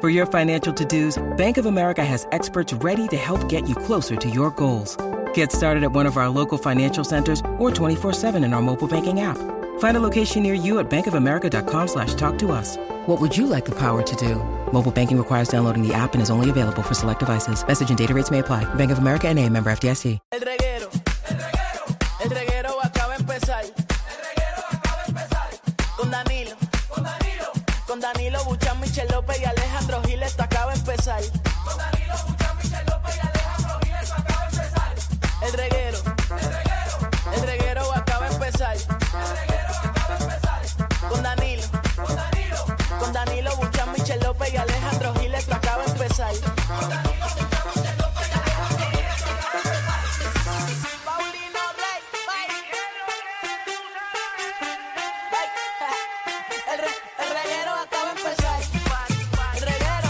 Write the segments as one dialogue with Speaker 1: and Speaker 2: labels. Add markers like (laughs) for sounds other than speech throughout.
Speaker 1: For your financial to-dos, Bank of America has experts ready to help get you closer to your goals. Get started at one of our local financial centers or 24-7 in our mobile banking app. Find a location near you at bankofamerica.com slash talk to us. What would you like the power to do? Mobile banking requires downloading the app and is only available for select devices. Message and data rates may apply. Bank of America and a member FDIC.
Speaker 2: El reguero. El reguero acaba de empezar. Con Danilo. Con Danilo Buchan, Michel López y Alejandro Gil, esto acaba de empezar. El reguero. El reguero acaba de empezar. Con Danilo. Con Danilo Buchan, Michel López y Alejandro Gil, esto acaba de empezar. Paulino Rey, bye. El, re, el reguero acaba de empezar. El reguero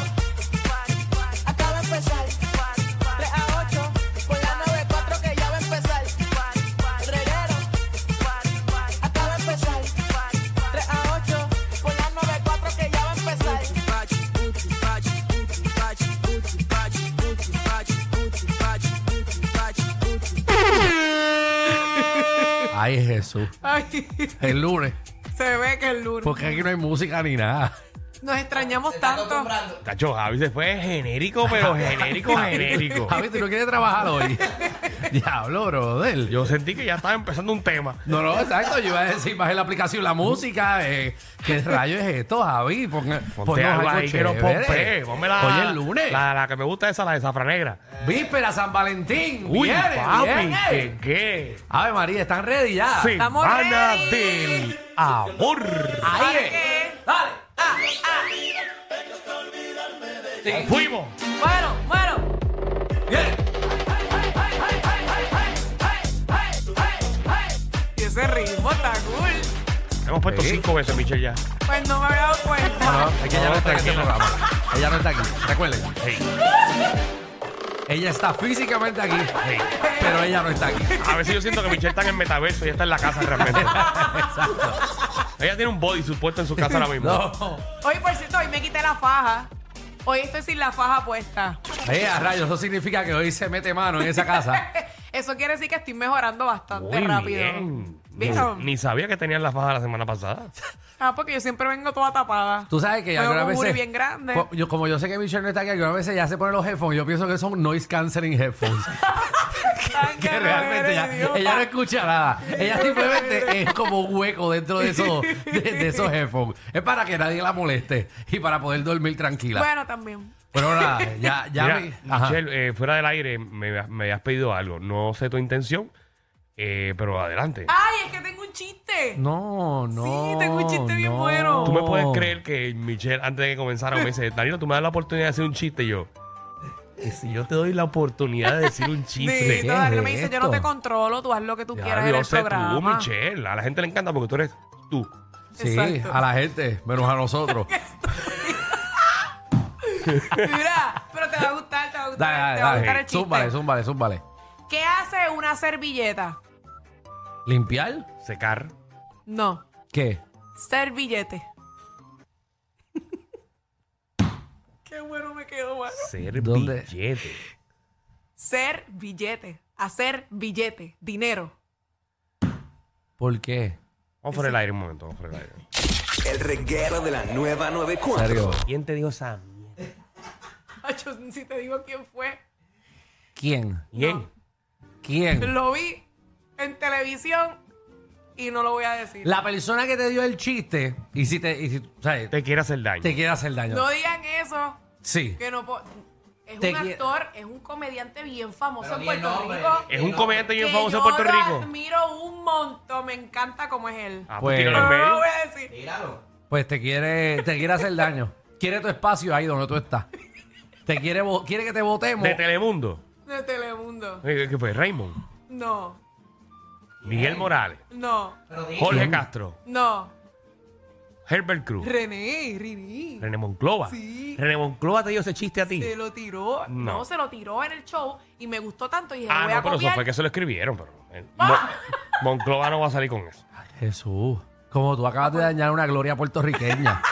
Speaker 2: acaba de empezar. 3 a 8 por la 94 que ya va a empezar. El reguero acaba de empezar. 3 a 8 por la 94 que ya va a empezar.
Speaker 3: Ay, Jesús.
Speaker 4: Ay, (laughs)
Speaker 3: El lunes.
Speaker 4: se ve que el lunes.
Speaker 3: Porque aquí no hay música ni nada.
Speaker 4: Nos extrañamos tanto.
Speaker 5: Tacho, Javi se fue genérico,
Speaker 3: (laughs)
Speaker 5: pero genérico, genérico.
Speaker 3: Javi, tú no quieres trabajar
Speaker 5: (laughs)
Speaker 3: hoy. Diablo, brother.
Speaker 5: Yo sentí que ya estaba empezando un tema.
Speaker 3: No, no, exacto. Yo iba a decir, más la aplicación, la música. eh, ¿Qué rayo es esto, Javi? Ponga,
Speaker 5: Ponte
Speaker 3: ponnos
Speaker 5: algo ahí que nos
Speaker 3: chévere.
Speaker 5: pompee. Ponme la,
Speaker 3: Hoy es lunes.
Speaker 5: La, la que me gusta esa, la de Zafra Negra.
Speaker 3: Víspera San Valentín.
Speaker 5: Uy,
Speaker 3: viene,
Speaker 5: papi,
Speaker 3: viene.
Speaker 5: ¿qué, qué?
Speaker 3: Ave María, ¿están ready ya?
Speaker 4: estamos
Speaker 5: Semana
Speaker 4: ready.
Speaker 5: del amor.
Speaker 3: Ahí es. Dale.
Speaker 5: Fuimos.
Speaker 4: Bueno, bueno.
Speaker 3: Bien.
Speaker 4: Y ese ritmo está cool.
Speaker 5: Hemos puesto
Speaker 3: Sí.
Speaker 5: cinco veces, Michelle, ya.
Speaker 4: Pues no me había dado
Speaker 3: No,
Speaker 4: cuenta.
Speaker 3: no, es que ella no está en este
Speaker 5: tranquila.
Speaker 3: programa. Ella no está aquí. Recuerden,
Speaker 5: Hey,
Speaker 3: ella está físicamente aquí,
Speaker 5: hey.
Speaker 3: pero ella no está aquí. (laughs)
Speaker 5: A veces yo siento que Michelle está en el metaverso y está en la casa realmente. Ella tiene un body puesto en su casa ahora mismo.
Speaker 3: No.
Speaker 4: Hoy, por cierto, hoy me quité la faja. Hoy estoy sin la faja puesta. (laughs)
Speaker 3: Eh, a rayos, eso significa que hoy se mete mano en esa casa.
Speaker 4: Eso quiere decir que estoy mejorando bastante
Speaker 5: Muy
Speaker 4: rápido.
Speaker 5: bien. Ni,
Speaker 4: ¿Vieron?
Speaker 5: ni sabía que tenían la faja la semana pasada.
Speaker 4: Ah, porque yo siempre vengo toda tapada.
Speaker 3: Tú sabes que
Speaker 4: Tengo
Speaker 3: algunas
Speaker 4: un booty
Speaker 3: veces.
Speaker 4: bien
Speaker 3: (laughs)
Speaker 4: grande.
Speaker 3: Co- Yo, como yo sé que Michelle no está aquí, algunas veces ya se pone los headphones. Yo pienso que son noise canceling
Speaker 4: (laughs)
Speaker 3: headphones.
Speaker 4: Ay,
Speaker 3: que
Speaker 4: no
Speaker 3: realmente
Speaker 4: eres
Speaker 3: ella,
Speaker 4: idiota.
Speaker 3: ella no escucha nada. Ella simplemente es como un hueco dentro de esos, de, de
Speaker 4: (laughs)
Speaker 3: esos headphones. Es para que nadie la moleste y para poder dormir tranquila.
Speaker 4: Bueno, también.
Speaker 3: Pero nada, ya, ya
Speaker 5: Mira,
Speaker 3: me- ajá.
Speaker 5: Michelle, eh, fuera del aire me, me habías pedido algo. No sé tu intención, eh, pero adelante.
Speaker 4: Ay, es que tengo un chiste.
Speaker 3: No, no.
Speaker 4: Sí, tengo un chiste bien
Speaker 3: no.
Speaker 4: bueno.
Speaker 5: Tú me puedes
Speaker 3: Oh.
Speaker 5: creer que Michelle, antes de que comenzara, me dice, Danilo, tú me das la oportunidad de hacer un chiste. Y yo, que si yo te doy la oportunidad de decir un
Speaker 4: Sí,
Speaker 5: chiste.
Speaker 3: ¿Qué
Speaker 4: todavía
Speaker 3: es
Speaker 4: me dice, yo no
Speaker 3: esto?
Speaker 4: te controlo, tú haz lo que tú
Speaker 5: Ya,
Speaker 4: quieras en
Speaker 5: yo
Speaker 4: el
Speaker 5: sé tú,
Speaker 4: programa.
Speaker 5: Michelle. A la gente le encanta porque tú eres tú.
Speaker 3: Sí,
Speaker 4: Exacto.
Speaker 3: a la gente, menos a
Speaker 4: (laughs)
Speaker 3: nosotros.
Speaker 4: (laughs) Mira, pero te va a gustar, te va a
Speaker 3: Dale,
Speaker 4: gustar, te va a
Speaker 3: dale,
Speaker 4: gustar
Speaker 3: dale.
Speaker 4: el chiste.
Speaker 3: Zúmbale, zúmbale, zúmbale.
Speaker 4: ¿Qué hace una servilleta?
Speaker 3: ¿Limpiar?
Speaker 5: Secar.
Speaker 4: No,
Speaker 3: ¿Qué?
Speaker 4: servillete. (laughs) Qué bueno me quedó, guau.
Speaker 5: Ser
Speaker 3: ¿Dónde?
Speaker 5: billete.
Speaker 4: Ser billete, hacer billete, dinero.
Speaker 3: ¿Por qué?
Speaker 5: Vamos fuera del aire un momento. Vamos fuera del aire.
Speaker 6: El reguero de la nueva 94.
Speaker 3: Serio.
Speaker 5: ¿Quién te dijo esa mierda?
Speaker 4: Ay, yo si te digo quién fue,
Speaker 3: ¿Quién?
Speaker 5: ¿Quién?
Speaker 3: ¿Quién?
Speaker 4: lo vi en televisión y no lo voy a decir.
Speaker 3: La persona que te dio el chiste y si te, y si, o sea, te,
Speaker 5: Te quiere hacer daño.
Speaker 3: quiere hacer daño.
Speaker 4: No digan eso,
Speaker 3: sí.
Speaker 4: que no po- Es
Speaker 3: Te
Speaker 4: un
Speaker 3: quie-
Speaker 4: actor, es un comediante bien famoso en Puerto Rico.
Speaker 5: Este Es un comediante bien
Speaker 4: que
Speaker 5: famoso
Speaker 4: yo
Speaker 5: en Puerto
Speaker 4: lo
Speaker 5: Rico.
Speaker 4: admiro un montón, me encanta cómo es él.
Speaker 5: Ah,
Speaker 3: Pues-
Speaker 5: pues tíralo
Speaker 4: Pero
Speaker 5: en
Speaker 4: no lo
Speaker 5: medio.
Speaker 4: (laughs) voy a decir.
Speaker 3: Pues te quiere, te quiere hacer daño. Quiere tu espacio ahí donde tú estás. Te quiere, vo- quiere que te votemos.
Speaker 5: De Telemundo.
Speaker 4: De Telemundo. mundo.
Speaker 5: ¿Qué qué fue? Raymond.
Speaker 4: No,
Speaker 5: Miguel Morales.
Speaker 4: no,
Speaker 5: Jorge Castro.
Speaker 4: no.
Speaker 5: Herbert Cruz.
Speaker 4: René, René.
Speaker 5: René Monclova.
Speaker 4: Sí.
Speaker 5: René Monclova te dio ese chiste a ti.
Speaker 4: Se lo tiró.
Speaker 5: No.
Speaker 4: No. se lo tiró en el show y me gustó tanto y dije,
Speaker 5: Ah,
Speaker 4: voy
Speaker 5: no,
Speaker 4: a
Speaker 5: pero eso
Speaker 4: copiar.
Speaker 5: fue que se lo escribieron, pero.
Speaker 4: (laughs)
Speaker 5: eh, Mon-
Speaker 4: Ah.
Speaker 5: Monclova no va a salir con eso.
Speaker 3: Jesús, como tú acabas de dañar una gloria puertorriqueña.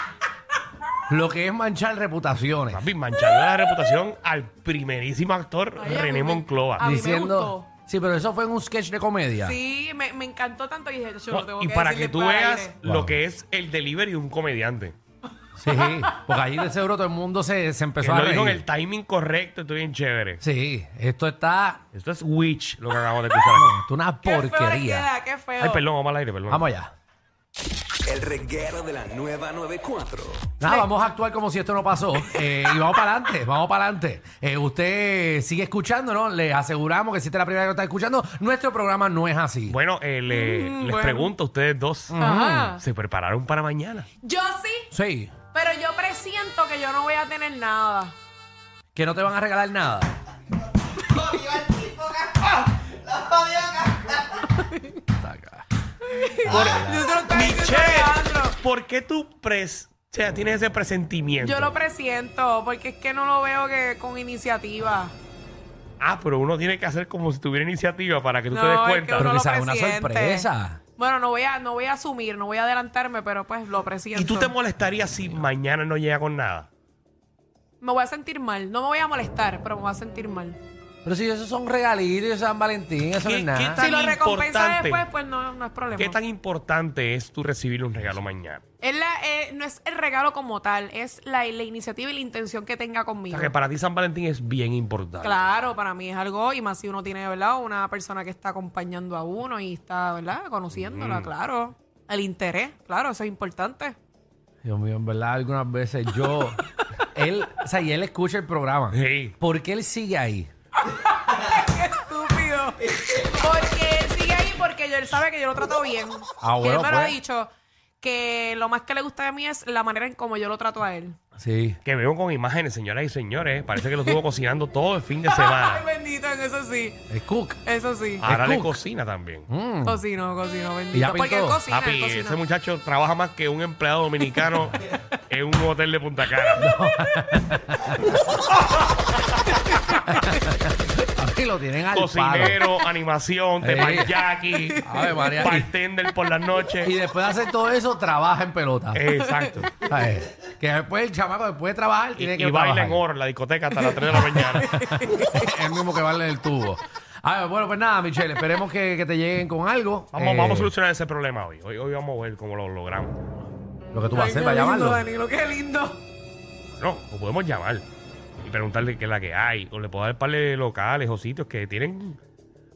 Speaker 3: Lo que es manchar reputaciones.
Speaker 5: Papi, manchando la reputación al primerísimo actor
Speaker 4: Ay, a mí
Speaker 5: René
Speaker 4: me-
Speaker 5: Monclova.
Speaker 4: a mí me
Speaker 3: Diciendo.
Speaker 4: gustó.
Speaker 3: Sí, pero eso fue en un sketch de comedia.
Speaker 4: Sí, me, me encantó tanto y dije, yo
Speaker 5: No,
Speaker 4: lo tengo
Speaker 5: y
Speaker 4: que
Speaker 5: para
Speaker 4: decir
Speaker 5: que tú
Speaker 4: después al
Speaker 5: veas
Speaker 4: aire.
Speaker 5: lo
Speaker 3: Wow.
Speaker 5: que es el delivery de un comediante.
Speaker 3: Sí, porque ahí de seguro todo el mundo se, se
Speaker 5: Que
Speaker 3: empezó a
Speaker 5: lo
Speaker 3: reír.
Speaker 5: dijo en el timing correcto, estoy bien chévere.
Speaker 3: Sí, esto está.
Speaker 5: Esto es witch lo que acabamos de escuchar
Speaker 3: (laughs)
Speaker 5: aquí.
Speaker 3: Esto es una
Speaker 4: Qué feo le
Speaker 3: porquería.
Speaker 4: queda, qué feo.
Speaker 5: Ay, perdón, vamos al aire, perdón.
Speaker 3: Vamos allá.
Speaker 6: El reguero de la nueva 94.
Speaker 3: Nada, vamos a actuar como si esto no pasó. eh, y vamos para adelante, vamos para adelante. Eh, usted sigue escuchando, ¿no? Le aseguramos que si esta es la primera vez que lo está escuchando, nuestro programa no es así.
Speaker 5: Bueno, eh, le-
Speaker 4: Mm,
Speaker 5: les
Speaker 4: bueno.
Speaker 5: pregunto a ustedes dos.
Speaker 4: Ajá.
Speaker 5: ¿Se prepararon para mañana?
Speaker 4: Yo sí,
Speaker 3: Sí,
Speaker 4: pero yo presiento que yo no voy a tener nada.
Speaker 3: que no te van a regalar nada.
Speaker 4: Yo se lo estoy diciendo
Speaker 5: Michelle,
Speaker 4: a Alejandro.
Speaker 5: ¿por qué tú pres o sea, tienes ese presentimiento?
Speaker 4: Yo lo presiento porque es que no lo veo que con iniciativa.
Speaker 5: ah, pero uno tiene que hacer como si tuviera iniciativa para que tú te
Speaker 4: No,
Speaker 5: des
Speaker 4: es que
Speaker 5: cuenta.
Speaker 3: Pero
Speaker 4: lo
Speaker 3: quizás una
Speaker 4: presiente.
Speaker 3: sorpresa.
Speaker 4: Bueno, no voy a no voy a asumir, no voy a adelantarme, pero pues lo presiento.
Speaker 5: ¿Y tú te molestarías si mañana no llega con nada?
Speaker 4: me voy a sentir mal, no me voy a molestar, pero me voy a sentir mal.
Speaker 3: Pero si esos son regalitos, San Valentín, eso no
Speaker 5: ¿Qué-
Speaker 3: es
Speaker 5: qué
Speaker 3: nada.
Speaker 5: tal?
Speaker 4: Si lo recompensa
Speaker 5: importante.
Speaker 4: después, pues no, no es problema.
Speaker 5: ¿Qué tan importante es tú recibir un regalo mañana?
Speaker 4: Es la, eh, no es el regalo como tal, es la, la iniciativa y la intención que tenga
Speaker 5: O
Speaker 4: conmigo.
Speaker 5: sea, que para ti San Valentín es bien importante.
Speaker 4: Claro, para mí es algo, y más si uno tiene, ¿verdad? Una persona que está acompañando a uno y está, ¿verdad?
Speaker 5: Mm.
Speaker 4: Conociéndola, claro. El interés, claro, eso es importante.
Speaker 3: Dios mío, en verdad, algunas veces (laughs) yo. él, o sea, y él escucha el programa.
Speaker 5: Sí.
Speaker 3: ¿Por qué él sigue ahí?
Speaker 4: Estúpido. Porque él sigue ahí porque yo- él sabe que yo lo trato bien.
Speaker 3: Ah,
Speaker 4: y él
Speaker 3: bueno,
Speaker 4: me lo ha
Speaker 3: pues.
Speaker 4: dicho que lo más que le gusta de mí es la manera en cómo yo lo trato a él.
Speaker 3: Sí.
Speaker 5: Que veo con imágenes, señoras y señores. Parece que lo estuvo cocinando todo el fin de semana.
Speaker 3: Ah.
Speaker 4: (laughs) Ay, bendito, en eso sí.
Speaker 3: Es Cook.
Speaker 4: Eso sí.
Speaker 5: Ahora
Speaker 3: Es
Speaker 5: le
Speaker 3: cook.
Speaker 5: cocina también.
Speaker 4: Cocino, cocino,
Speaker 3: Mm. Y ya
Speaker 4: bendito. Porque él
Speaker 3: pintó.
Speaker 4: cocina, él
Speaker 5: Papi,
Speaker 4: cocina.
Speaker 5: ese muchacho trabaja más que un empleado dominicano en un hotel de Punta Cana.
Speaker 3: Aquí lo tienen al palo.
Speaker 5: Cocinero, animación,
Speaker 3: Eh.
Speaker 5: teppanyaki,
Speaker 3: Ave María.
Speaker 5: bartender por las noches.
Speaker 3: Y después de hacer todo eso, trabaja en pelota. (laughs)
Speaker 5: Exacto.
Speaker 3: ¿Sabes? Que después el chamaco, después de trabajar,
Speaker 5: Y,
Speaker 3: tiene que
Speaker 5: y baila
Speaker 3: trabajar.
Speaker 5: en oro en la discoteca hasta las 3 de la
Speaker 3: (laughs)
Speaker 5: mañana.
Speaker 3: el mismo que vale el tubo. A ver, bueno, pues nada, Michelle, esperemos que, que te lleguen con algo.
Speaker 5: Vamos,
Speaker 3: Eh,
Speaker 5: vamos a solucionar ese problema hoy. hoy. Hoy vamos a ver cómo lo logramos.
Speaker 3: Lo que tú vas a
Speaker 4: Ay,
Speaker 3: hacer,
Speaker 4: qué
Speaker 3: va a
Speaker 4: lindo,
Speaker 3: llamarlo.
Speaker 4: Danilo, qué lindo.
Speaker 5: No, lo podemos llamar y preguntarle qué es la que hay. O le puedo dar un par de locales o sitios que tienen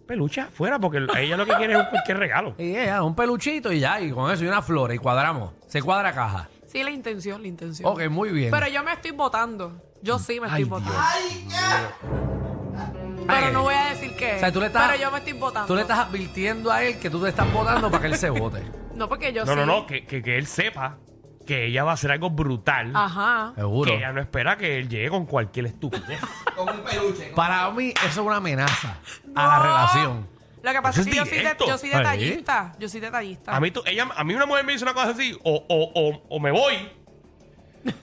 Speaker 5: peluchas afuera porque ella lo que quiere es un cualquier regalo.
Speaker 3: Y ya, un peluchito y ya, y con eso, y una flor, y cuadramos. Se cuadra caja.
Speaker 4: Sí, la intención, la intención.
Speaker 3: Ok, muy bien.
Speaker 4: Pero yo me estoy votando. Yo sí me estoy
Speaker 5: Ay,
Speaker 4: votando.
Speaker 5: Dios.
Speaker 4: Pero
Speaker 3: Ay,
Speaker 4: no voy a decir qué.
Speaker 3: o sea, tú le estás-
Speaker 4: pero yo me estoy votando.
Speaker 3: Tú le estás advirtiendo a él que tú te estás votando para que él se vote.
Speaker 5: (laughs)
Speaker 4: No, porque yo
Speaker 5: No,
Speaker 4: sí.
Speaker 5: no, no, que, que- que él sepa que ella va a hacer algo brutal.
Speaker 4: Ajá.
Speaker 3: Seguro.
Speaker 5: Que ella no espera que él llegue con
Speaker 4: (laughs)
Speaker 5: cualquier estupidez.
Speaker 3: Para mí, eso es una amenaza a la relación.
Speaker 4: Lo que pasa
Speaker 5: Eso
Speaker 4: es
Speaker 5: es
Speaker 4: que yo soy, de-
Speaker 5: directo.
Speaker 4: yo soy detallista. Yo soy detallista.
Speaker 5: a, mí tú- ella, a mí una mujer me dice una cosa así, o, o- o- o me voy,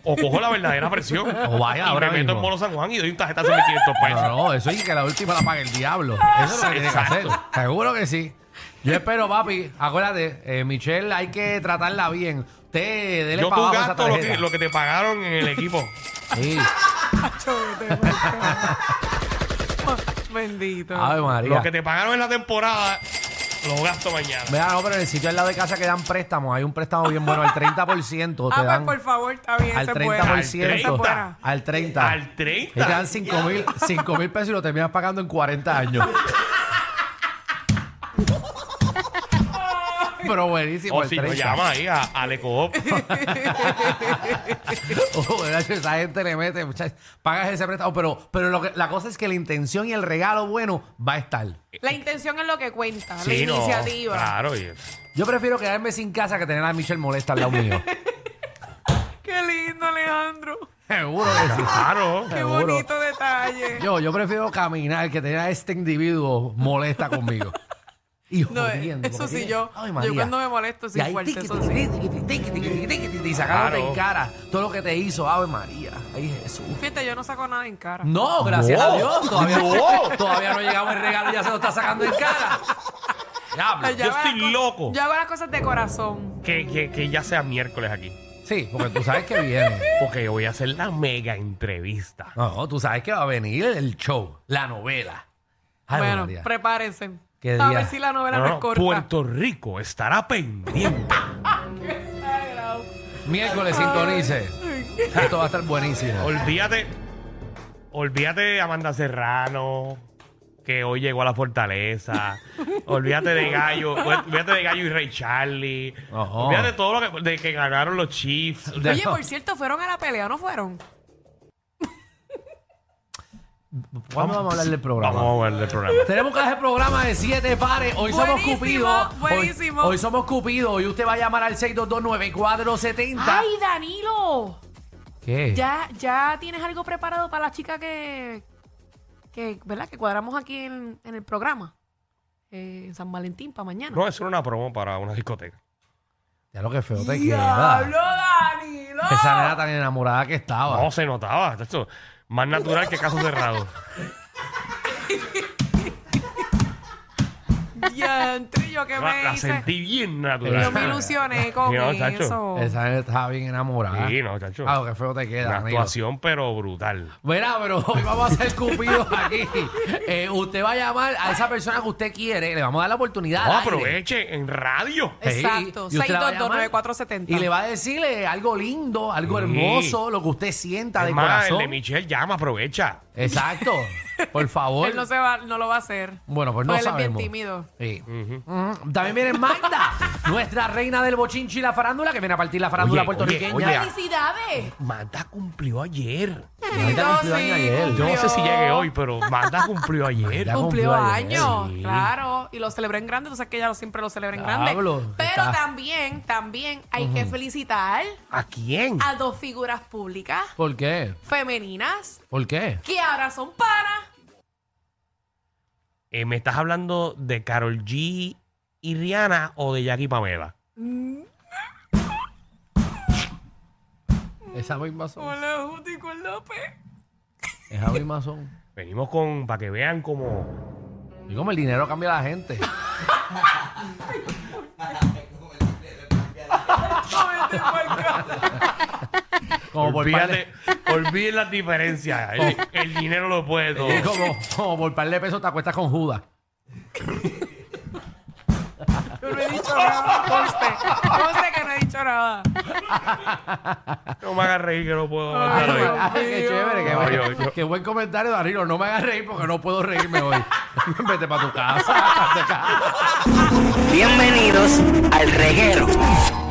Speaker 5: o cojo la verdadera presión,
Speaker 3: (laughs) O vaya
Speaker 5: y
Speaker 3: ahora
Speaker 5: me meto
Speaker 3: mismo.
Speaker 5: en Mono San Juan y doy un tarjetazo de 500 pesos.
Speaker 3: No, no, eso es que la última la paga el diablo. Eso es lo que tiene que hacer.
Speaker 5: Exacto.
Speaker 3: Seguro que sí. Yo espero, papi, acuérdate, eh, Michelle, hay que tratarla bien. Usted, dele
Speaker 5: Yo
Speaker 3: para
Speaker 5: tú
Speaker 3: abajo esa
Speaker 5: gasto lo que,
Speaker 3: tarjeta.
Speaker 5: lo que te pagaron en el equipo.
Speaker 3: Sí. (laughs)
Speaker 4: Bendito.
Speaker 3: Ave María.
Speaker 5: lo que te pagaron en la temporada, lo gasto mañana.
Speaker 3: Mira, no, pero en el sitio al lado de casa que dan préstamos, hay un préstamo bien
Speaker 5: (laughs)
Speaker 3: bueno, al 30%. te
Speaker 4: Ah,
Speaker 3: dan
Speaker 4: pues por favor, está bien.
Speaker 3: al
Speaker 4: se puede. Se
Speaker 3: 30%.
Speaker 4: puede.
Speaker 5: fuera.
Speaker 3: Al 30%.
Speaker 5: Al
Speaker 3: Y te dan
Speaker 5: 30.
Speaker 3: 5 mil, 5 mil pesos y lo terminas pagando en 40 años. Pero buenísimo,
Speaker 5: O
Speaker 3: el
Speaker 5: si Oh, lo
Speaker 3: 30.
Speaker 5: llama ahí a,
Speaker 4: (laughs)
Speaker 5: al Ecoop.
Speaker 3: (laughs) Oh, muchacho, esa gente le mete, muchacho. pagas ese préstamo, pero, pero lo que- la cosa es que la intención y el regalo bueno va a estar.
Speaker 4: La intención es lo que cuenta.
Speaker 5: Sí,
Speaker 4: la
Speaker 5: no,
Speaker 4: iniciativa.
Speaker 5: Claro, y-
Speaker 3: Yo prefiero
Speaker 5: (laughs)
Speaker 3: quedarme sin casa que tener a Michelle molesta al lado mío.
Speaker 4: Qué lindo, Alejandro.
Speaker 3: Seguro que sí.
Speaker 5: Claro.
Speaker 4: Qué
Speaker 3: Seguro.
Speaker 4: bonito detalle.
Speaker 3: (laughs) Yo, yo prefiero caminar que tener a este individuo molesta conmigo. Y
Speaker 4: No, eh,
Speaker 3: jodiendo,
Speaker 4: eso
Speaker 3: porque
Speaker 4: sí,
Speaker 3: tiene-
Speaker 4: yo-
Speaker 3: Ay,
Speaker 4: yo
Speaker 3: María.
Speaker 4: cuando me molesto soy
Speaker 3: Y ahí
Speaker 4: fuerte,
Speaker 3: tiqui,
Speaker 4: eso
Speaker 3: tiqui,
Speaker 4: sí.
Speaker 3: tiqui, tiqui, tiqui, tiqui, tiqui, tiqui, Y sacándote
Speaker 5: Claro.
Speaker 3: en cara todo lo que te hizo, Ave María. Ay, Jesús.
Speaker 4: Fíjate, yo no saco nada en cara.
Speaker 3: No, gracias
Speaker 5: No.
Speaker 3: a Dios. Todavía (laughs)
Speaker 5: No.
Speaker 3: todavía no llegamos el regalo y ya se lo está sacando en cara. Diablo.
Speaker 4: Ay, ya
Speaker 5: yo
Speaker 4: hago las
Speaker 5: estoy
Speaker 4: co-
Speaker 5: loco.
Speaker 4: Yo hago las cosas de corazón.
Speaker 5: Que, que, que ya sea miércoles aquí.
Speaker 3: Sí, porque tú sabes que viene.
Speaker 5: Porque yo voy a hacer la mega entrevista.
Speaker 3: No, tú sabes que va a venir el show, la novela. Ay,
Speaker 4: bueno,
Speaker 3: María.
Speaker 4: prepárense.
Speaker 3: Qué
Speaker 4: A
Speaker 3: día.
Speaker 4: ver si la novela
Speaker 5: No,
Speaker 4: no,
Speaker 5: no,
Speaker 4: es corta.
Speaker 5: Puerto Rico estará pendiente.
Speaker 4: Sagrado.
Speaker 3: Miércoles sintonice. Esto va a estar buenísimo.
Speaker 5: olvídate. Olvídate de Amanda Serrano, que hoy llegó a la fortaleza. olvídate de Gallo. Olvídate de Gallo y Rey Charlie.
Speaker 3: Ajá.
Speaker 5: Olvídate de todo lo que, de que ganaron los Chiefs.
Speaker 3: De-
Speaker 4: Oye, por cierto, ¿fueron a la pelea o no fueron?
Speaker 3: ¿Cuándo vamos a hablar del programa?
Speaker 5: Vamos a ver el programa.
Speaker 3: Tenemos que hacer programa de siete pares. Hoy somos
Speaker 4: Buenísimo,
Speaker 3: Cupido. Hoy-
Speaker 4: buenísimo.
Speaker 3: Hoy, somos Cupido. Hoy usted va a llamar al 6229470.
Speaker 4: ¡Ay, Danilo!
Speaker 3: ¿Qué?
Speaker 4: ¿Ya, ya tienes algo preparado para la chica que, que ¿verdad? Que cuadramos aquí en, en el programa. Eh, en San Valentín, para mañana.
Speaker 5: No, eso era una promo para una discoteca.
Speaker 3: Ya lo que feo te
Speaker 4: ¡Diablo,
Speaker 3: queda.
Speaker 4: Danilo!
Speaker 3: Esa nena tan enamorada que estaba.
Speaker 5: No se notaba. Esto, más natural que caso cerrado.
Speaker 4: Diantre, yo que
Speaker 5: La,
Speaker 4: me
Speaker 5: la
Speaker 4: hice.
Speaker 5: sentí bien
Speaker 4: Yo
Speaker 5: natural.
Speaker 4: me ilusioné con
Speaker 5: Sí, no, chacho.
Speaker 4: eso.
Speaker 3: Esa nena estaba bien enamorada.
Speaker 5: Sí, no, chacho.
Speaker 3: Ah, lo que feo te queda.
Speaker 5: Una
Speaker 3: amigo.
Speaker 5: actuación, pero brutal.
Speaker 3: Verá, pero hoy vamos a hacer cupido aquí.
Speaker 5: (laughs)
Speaker 3: Eh, usted va a llamar a esa persona que usted quiere, le vamos a dar la oportunidad.
Speaker 5: No,
Speaker 3: al aire.
Speaker 5: aproveche en radio.
Speaker 3: Sí,
Speaker 4: Exacto.
Speaker 3: y usted la va a llamar
Speaker 4: 6229470.
Speaker 3: Y le va a decirle algo lindo, algo
Speaker 5: Sí.
Speaker 3: hermoso, lo que usted sienta de
Speaker 5: Es más, el
Speaker 3: corazón.
Speaker 5: de Michelle llama, aprovecha.
Speaker 3: Exacto.
Speaker 5: (laughs)
Speaker 3: Por favor.
Speaker 4: Él no, se va, no lo va a hacer.
Speaker 3: Bueno, pues no
Speaker 4: Pues él es bien
Speaker 3: sabemos.
Speaker 4: tímido.
Speaker 3: Sí. Ujú. También viene
Speaker 5: (laughs)
Speaker 3: Magda, nuestra reina del bochinchi y la farándula, que viene a partir la farándula
Speaker 5: Oye,
Speaker 3: puertorriqueña.
Speaker 5: oye, oye.
Speaker 4: ¡Felicidades!
Speaker 5: Manda cumplió ayer.
Speaker 3: Magda
Speaker 4: No,
Speaker 3: cumplió
Speaker 4: sí,
Speaker 3: años ayer.
Speaker 5: Yo no sé si
Speaker 4: Cumplió.
Speaker 5: llegue hoy, pero Manda cumplió ayer.
Speaker 3: Ya
Speaker 4: Cumplió
Speaker 3: cumplió ayer.
Speaker 4: años,
Speaker 5: Sí.
Speaker 4: claro. Y lo celebró en grande, entonces que ella lo- siempre lo celebra en
Speaker 3: Diablo,
Speaker 4: grande. Pero
Speaker 3: está-
Speaker 4: también, también hay que felicitar
Speaker 5: ¿A quién?
Speaker 4: a dos figuras públicas
Speaker 3: ¿Por qué?
Speaker 4: femeninas
Speaker 3: ¿Por qué?
Speaker 4: que ahora son para.
Speaker 5: Eh, ¿Me estás hablando de Carol G y Rihanna o de Jackie Pamela?
Speaker 3: Esa misma son.
Speaker 4: Hola, Juti y con López.
Speaker 3: Esa misma son.
Speaker 5: Venimos con, para que vean como...
Speaker 3: Y como el dinero cambia a la gente.
Speaker 4: Vete pa'l carajo.
Speaker 3: Como por par de,
Speaker 5: Olvídate, olviden las diferencias. El, el dinero lo puede todo.
Speaker 3: (laughs) como, como por par de pesos te acuestas con Judas.
Speaker 4: Yo no he dicho nada. (laughs) Conste, conste que no he dicho nada.
Speaker 5: No me hagas reír que no puedo aguantar
Speaker 4: Ay,
Speaker 5: hoy.
Speaker 3: Ah, qué
Speaker 4: mío.
Speaker 3: chévere, qué,
Speaker 5: No,
Speaker 3: buen,
Speaker 5: yo- yo-
Speaker 3: qué buen comentario, Danilo. No me hagas reír porque no puedo reírme hoy. (laughs) Vete (laughs) para tu casa.
Speaker 7: Bienvenidos al reguero.